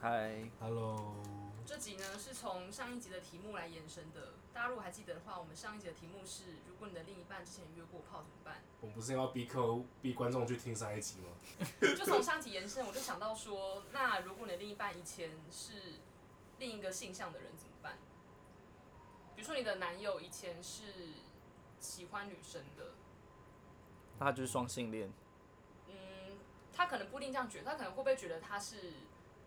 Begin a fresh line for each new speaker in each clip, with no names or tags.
嗨，
Hello，
这集呢是从上一集的题目来延伸的。大家如果还记得的话，我们上一集的题目是：如果你的另一半之前约过炮怎么办？
我们不是要逼客户、逼观众去听上一集吗？
就从上集延伸，我就想到说，那如果你的另一半以前是另一个性向的人怎么办？比如说你的男友以前是喜欢女生的，
那他就是双性恋，
嗯，他可能不一定这样觉得，他可能会不会觉得他是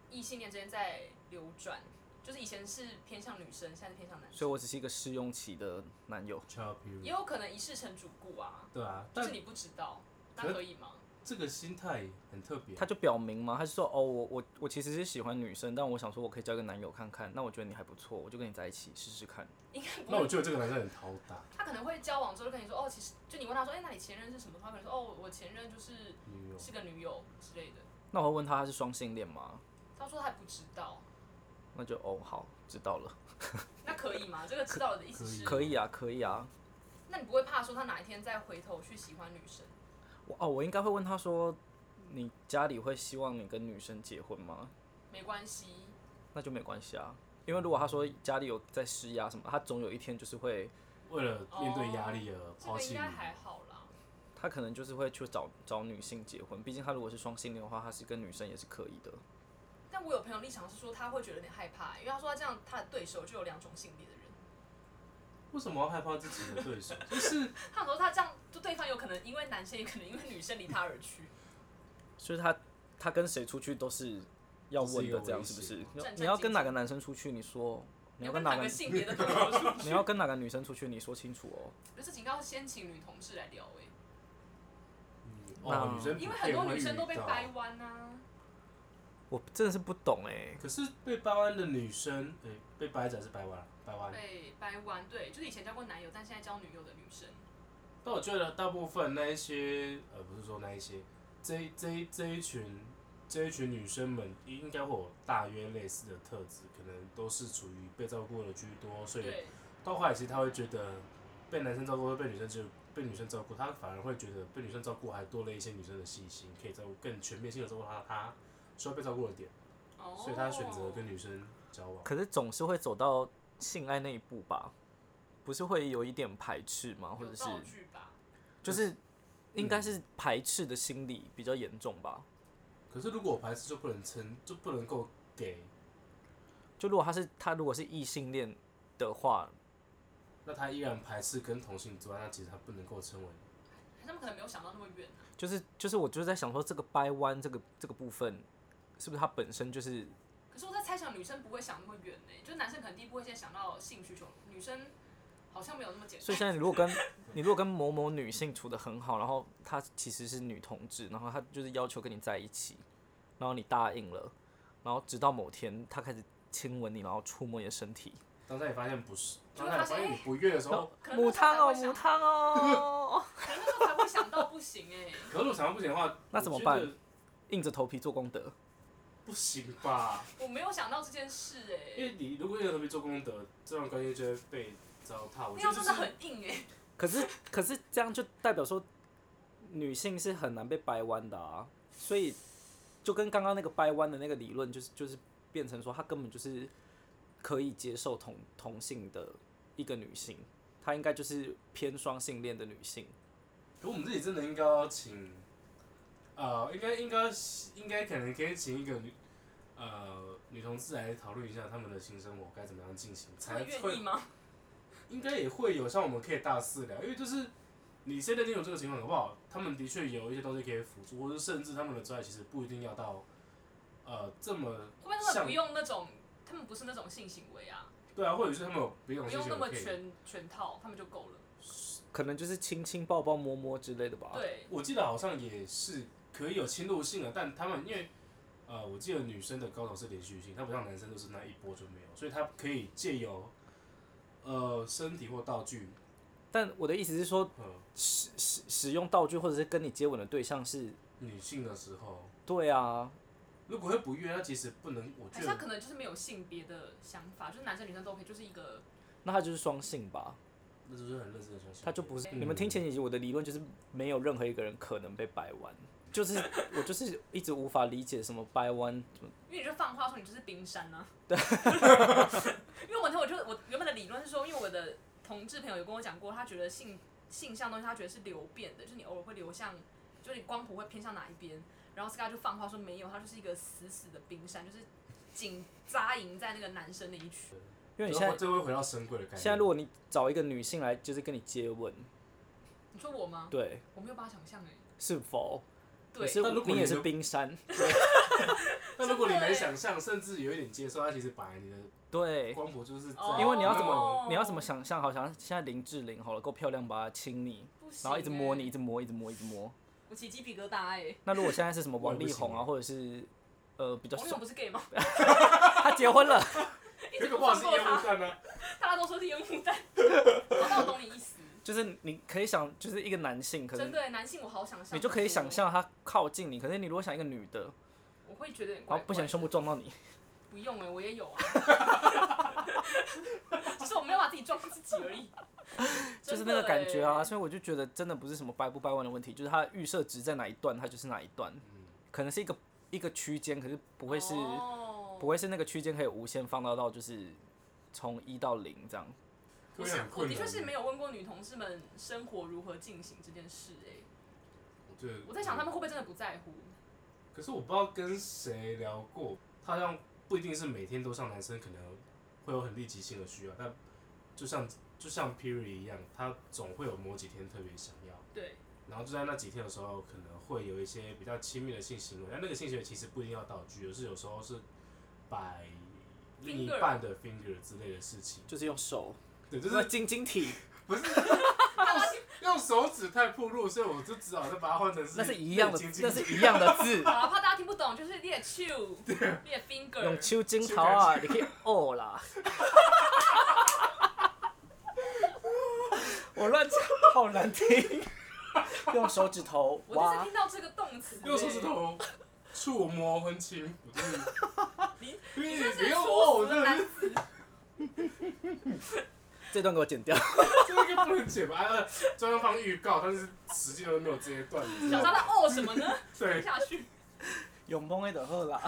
异性恋之间在流转？就是以前是偏向女生，现在是偏向男
所以
生，
我只是一个试用期的男友。
Child p e r
也有可能一世成主顾啊。
对啊，
就是
但
你不知道，那
可是
可以吗？
这个心态很特别。
他就表明嘛，他就说哦，我我我其实是喜欢女生，但我想说我可以交一个男友看看，那我觉得你还不错，我就跟你在一起试试看。
应该不
那我
会。
觉得这个男生很讨打，
他可能会交往之后就跟你说，哦，其实就你问他说，哎、那你前任是什么？他可能说，哦，我前任就是
女友
是个女友之类的。
那我会问他他是双性恋吗？
他说他还不知 道，
那就哦好，知道了，
那可以吗？这个知道的意思是，
可以啊，可以啊。
那你不会怕说他哪一天再回头去喜欢女生？
我哦，我应该会问他说，你家里会希望你跟女生结婚吗？
没关系，
那就没关系啊，因为如果他说家里有在施压什么，他总有一天就是会，
为了面对压力而
这
呃抛
个应
弃
该
你。
还好啦。
他可能就是会去找找女性结婚，毕竟他如果是双性恋的话，他是跟女生也是可以的。
但我有朋友立场是说，他会觉得有点害怕，因为他说他这样，他的对手就有两种性别的人。
为什么要害怕自己的对手？就是
他说他这样，就对方有可能因为男生，也可能因为女生离他而去。
所以他他跟谁出去都是要问的，这样
这
是不
是
是
一个？
危险
你要跟哪个男生出去，你说
你
你要
要
跟
跟
哪
哪
个
个性别 的朋友 出去？
你要跟哪个女生出去，你说清楚哦。
可是警告先请女同事来聊哎、
哦，女生
嗯因为很多女生都被掰
掰。
弯啊。
我真的是不懂哎、
可是被掰弯的女生，对，被掰着还是掰弯？掰弯。
被掰弯，对，就是以前交过男友，但现在交女友的女生，
但我觉得大部分那一些，呃，不是说那一些，这一这一这一群这一群女生们，应该会有大约类似的特质，可能都是处于被照顾的居多，所以
对，
到后来其实她会觉得被男生照顾会被女生就被女生照顾，她反而会觉得被女生照顾还多了一些女生的细心，可以照顾更全面性的照顾她她需要被照顾的点，
哦，
所以她选择跟女生交往。
可是总是会走到性爱那一步吧？不是会有一点排斥吗？或者
有
是
道具吧，
就是应该是排斥的心理比较严重吧？
可是如果我排斥就不能撑，就不能够给，
就如果他是他如果是异性恋的话，
那她依然排斥跟同性之外，那其实她不能够称为。
他们可能没有想到那么远啊。
就是就是我就是在想说这个掰弯这个这个部分，是不是它本身就是
可是我在猜想，女生不会想那么远呢、就是男生可能第一步会先想到性需求，女生好像没有那么简单。
所以现在你如果跟你如果跟某某女性处的很好，然后她其实是女同志，然后她就是要求跟你在一起，然后你答应了，然后直到某天她开始亲吻你，然后触摸你的身体，
当下你发现不是，
就
当
会
下
发
你发
现哎
现你不悦的时候，
可能
母
那时候
汤
才
哦
会
母
想，
汤哦，
可能那时候才会想到不行哎、
可是如果想要不行的话，
那怎么办
我觉得
硬着头皮做功德，
不行吧？
我没有想到这件事哎、
因为你如果有特别做功德，这段关系就会被糟蹋。我
那
觉
样
得就
真的
是
很硬哎、
可是可是这样就代表说女性是很难被掰弯的啊，所以就跟刚刚那个掰弯的那个理论，就是就是变成说她根本就是可以接受同同性的一个女性，她应该就是偏双性恋的女性。
可我们自己真的应该要请，呃，应该应该应该可能可以请一个女，呃，女同志来讨论一下他们的性生活该怎么样进行，才
会愿意
会
吗？
应该也会有像我们可以大肆聊，因为就是你现在进入这个情况好不好？他们的确有一些东西可以辅助，或者甚至他们的专业其实不一定要到，呃，这么
会不会他们
像
不用那种，他们不是那种性行为啊，
对啊，或者是他们有别
不
种性
用那
行
么
为可以
全全套，他们就够了。
可能就是亲亲、抱抱、摸摸之类的吧。，
对，
我记得好像也是可以有侵入性的，但他们因为呃，我记得女生的高潮是连续性，它不像男生都是那一波就没有，所以它可以借由呃身体或道具，
但我的意思是说，
呃
使使使用道具或者是跟你接吻的对象是，
女性的时候，
对啊，
如果会不悦，那其实不能，我
还
觉
是他
得
可能就是没有性别的想法，就是男生女生都可以，就是一个
那她就是双性吧，
那就是很认真的东西。
她就不是。
嗯
你们听前几集我的理论就是没有任何一个人可能被掰弯。就是我就是一直无法理解什么掰弯，
因为你就放话说你就是冰山呐、对， 因为我那我就我原本的理论是说，因为我的同志朋友有跟我讲过，他觉得性性向东西他觉得是流变的，就是你偶尔会流向，就是你光谱会偏向哪一边。然后 Sky 就放话说没有，他就是一个死死的冰山，就是紧扎营在那个男生的一群。
因为你
这
现
会
在
这会回到深贵的概念。
现在如果你找一个女性来就是跟你接吻，
你说我
啊
吗？
对，
我没有办法想象哎、
是否？
对
你，是
但如果
你
你
也是
就
冰山，
但如果你
真的欸
能想象，甚至有一点接受，它其实本来你的
对，
光谱就是在
哦
哎因为你要怎
哦
么你要怎么想象？好像现在林志玲好了，够漂亮吧，亲你，
不行、欸
然后一直摸
欸
你，一，直摸，一直摸，一直摸。
我起鸡皮疙瘩哎、欸。
那如果现在是什么
我也
王
不
力
行
宏啊，
欸
或者是呃比较
网友
瘦，
不是 gay 吗？
他结婚了，
一
这
直
个
不
不好
放
是
过
烟雾
他，
弹呢。
大家都说是烟雾 弹。好，那我懂你意思。
就是你可以想，就是一个男性 可
真
能
的耶，欸男性我好想象。
你就可以想，象他靠近你，可是你如果想一个女的，
我会觉得有点怪怪
然后不小心胸部撞 到你，
不用哎、我也有啊。啊 只是我没有把自己撞自己而已。
就是那个感觉啊。
真的耶。欸
所以我就觉得真的不是什么掰不掰弯的问题，就是它预设值在哪一段，它就是哪一段，可能是一个一个区间，可是不会是、
哦
不会是那个区间可以无限放大到就是从一到零这样。
我
嗯会
是
很
我
困
的
难。
确是没有问过女同事们生活如何进行这件事哎、
对，
我在想他们会不会真的不在乎？
嗯可是我不知道跟谁聊过，他好像不一定是每天都像男生，可能会有很立即性的需要，但就像就像 period 一样，他总会有某几天特别想要，
对，
然后就在那几天的时候，可能会有一些比较亲密的性行为，但那个性行为其实不一定要道具，而是有时候是摆另一半的 finger 之类的事情，
就是用手，
对，就
就是是晶晶 体，
用手指太暴露，所以我就只好再把它换成是
那是一样的
内，经
那是一样的字。
好了，怕大家听不懂，就是列 chew，列
啊
finger，
用秋金桃啊，你可以哦啦。 我乱讲，好难听。用手指头
我第一次
挖
听，到这个动词、欸，
用手指，头触摸婚亲，我真的。
你
因
你
为你
这
不
是
用
粗
摸
俗
哦我，真
的
的
男
是
子，
这段给我剪掉。
这个应该不能剪吧？呃，专门放预告，但是实际都没有这些段子。
想知道他哦什么呢？听
对，
下去，
永丰 A 的喝啦，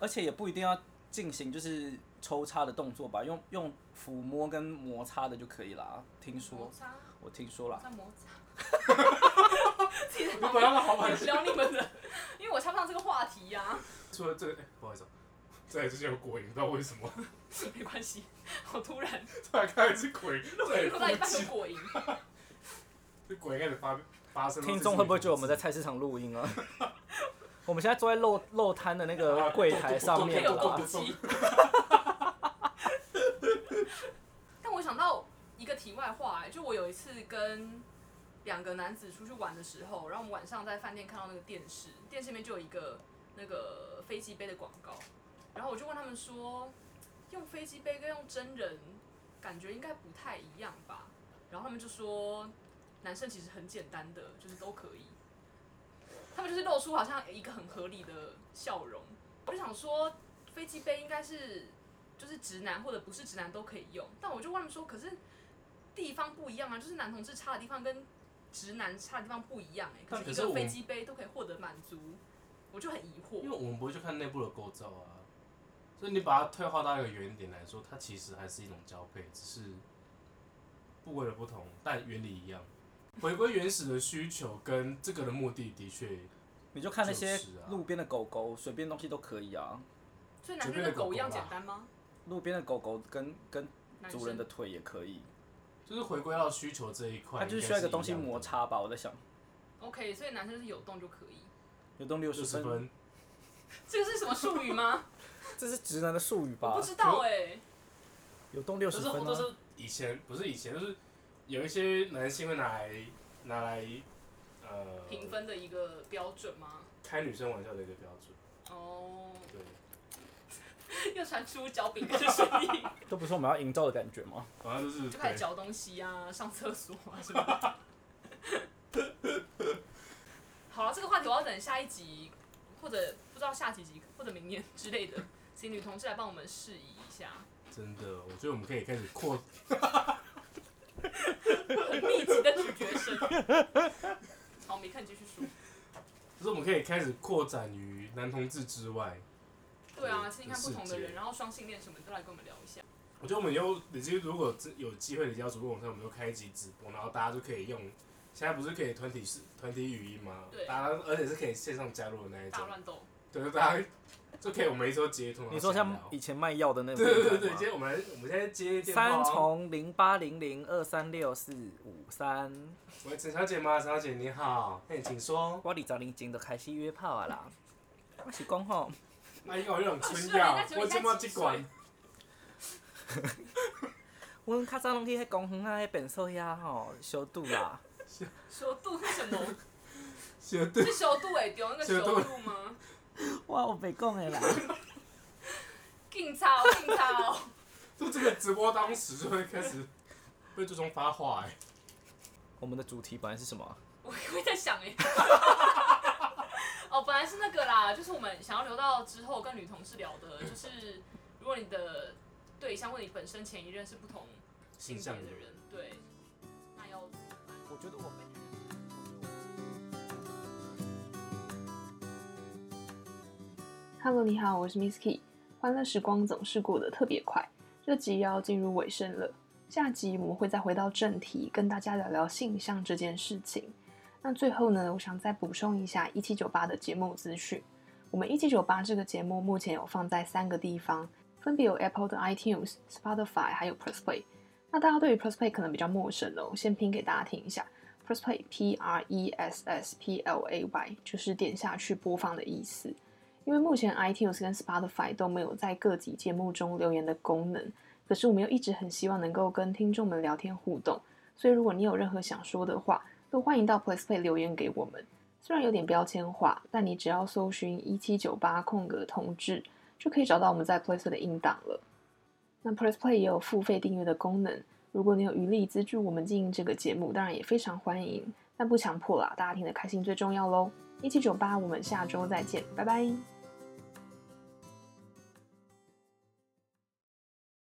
而且也不一定要进行就是抽插的动作吧，用用抚摸跟摩擦的就可以啦。听
摩
说，
擦，
我听说
摩
啦。
擦，摩擦，自己在
我
旁
本
边
来好玩。
聊你们的，因为我插不上这个话题呀、
除了这个，哎、不好 意思、喔，这里之前有果蝇，不知道为什么，
没关系，好突然，
突然看到一只 鬼在你
录到一半
附
有
近，
果蝇，
这鬼开始发发生。
听众会不会觉得我们在？菜市场录 音啊？我们现在坐在露露摊的那个柜台上
我可以
面啊
有
啦
果。鸡。 但我想到一个题外话、哎，就我有一次跟两个男子出去玩的时候，然后我们晚上在饭店看到那个电视，电视里面就有一个那个飞机杯的广告，然后我就问他们说，用飞机杯跟用真人感觉应该不太一样吧？然后他们就说，男生其实很简单的，就是都可以。他们就是露出好像一个很合理的笑容。我就想说，飞机杯应该是就是直男或者不是直男都可以用，但我就问他们说，可是地方不一样啊，就是男同志差的地方跟直男差的地方不一样哎、
但
可是一
可是
个
我
飞机杯都可以获得满足，我就很疑惑。
因为我们不会去看内部的构造啊，所以你把它退化到一个原点来说，它其实还是一种交配，只是部位的不同，但原理一样。回归原始的需求跟这个的目的的确
你就看那些
就是啊
路边的狗狗，随便东西都可以啊。
所以男生跟狗一样简单吗？
路边的狗狗跟跟
男生
主人的腿也可以，
就是回归到需求这一块，
它就是需要一个东西摩。擦吧。我在想，
OK，所以男生就是有动就可以。
有动六
六
十
十
分，
分，
这个是什么术语吗？
这是直男的术语
我
吧
不？知道哎、
有动六
就
十
是
分
或者
啊，
是以前不是以前，就是有一些男性会拿来拿来呃
评分的一个标准吗？
开女生玩笑的一个标准，
哦，
对，
又传出嚼饼干的声音，
都不是我们要营造的感觉吗？
好像就是
就开
对
始嚼东西啊，上厕所啊什么的。 好了，这个话题我要等下一集，或者不知道下几集，或者明年之类的，请女同志来帮我们释疑一下，
真的，我觉得我们可以开始扩
很密集的咀嚼声。好，我们看你继续说。
就是我们可以开始扩展于男同志之外。
对啊，
对
其实你看
世
不同的
界
人，然后双性恋什么都来跟我们聊一下。
我觉得我们以后，你就如果真有机会，你要主播网上，我们就开一集直播，然后大家就可以用。现在不是可以团体是团体语音吗？
对
大家而且是可以线上加入的那一种
大。乱斗，
对，就大家就可以我们一周截图。然后
你说像
闲聊
以前卖药的那种
对
感觉吗，
对对对，今天我们来我们现在接电话
三
哦。
重零八零零二三六四五三，
喂，陈小姐吗？陈小姐你好，哎，请说。
我里早零前就开始约炮啊啦。我是讲吼，
阿姨，我用春
哦
药
是，啊人家
我
只有
今
人家
晚
几
即
岁
管。
阮较早拢去迄公园啊、迄便所遐吼小度啦，
修度是什么？
小对，
是修度哎，丢那个
修
修
度
度吗？
我有白讲的啦。
劲操劲操，
就这个直播当时就会开始会最终发话哎、
我们的主题本来是什么啊？
我我在想哎。哦，本来是那个啦，就是我们想要留到之后跟女同事聊的，就是如果你的对象或你本身前一任是不同性
形
别
象
的人，对，那要怎么办？
我觉得我们。
Hello，你好，我是 Miss Key。欢乐时光总是过得特别快，这集要进入尾声了。下集我们会再回到正题，跟大家聊聊性向这件事情。那最后呢，我想再补充一下一七九八的节目资讯。我们一七九八这个节目目前有放在三个地方，分别有 Apple 的 iTunes、Spotify 还有 Press Play。那大家对于 Press Play 可能比较陌生哦，先拼给大家听一下。Press Play P R E S S P L A Y 就是点下去播放的意思。因为目前 iTunes 跟 Spotify 都没有在各集节目中留言的功能，可是我们又一直很希望能够跟听众们聊天互动，所以如果你有任何想说的话，都欢迎到 PlaySplay 留言给我们。虽然有点标签化，但你只要搜寻一七九八空格同志，就可以找到我们在 PlaySplay 的音档了。那 PlaySplay 也有付费订阅的功能，如果你有余力资助我们经营这个节目，当然也非常欢迎，但不强迫啦，大家听得开心最重要喽。一七九八，我们下周再见，拜拜。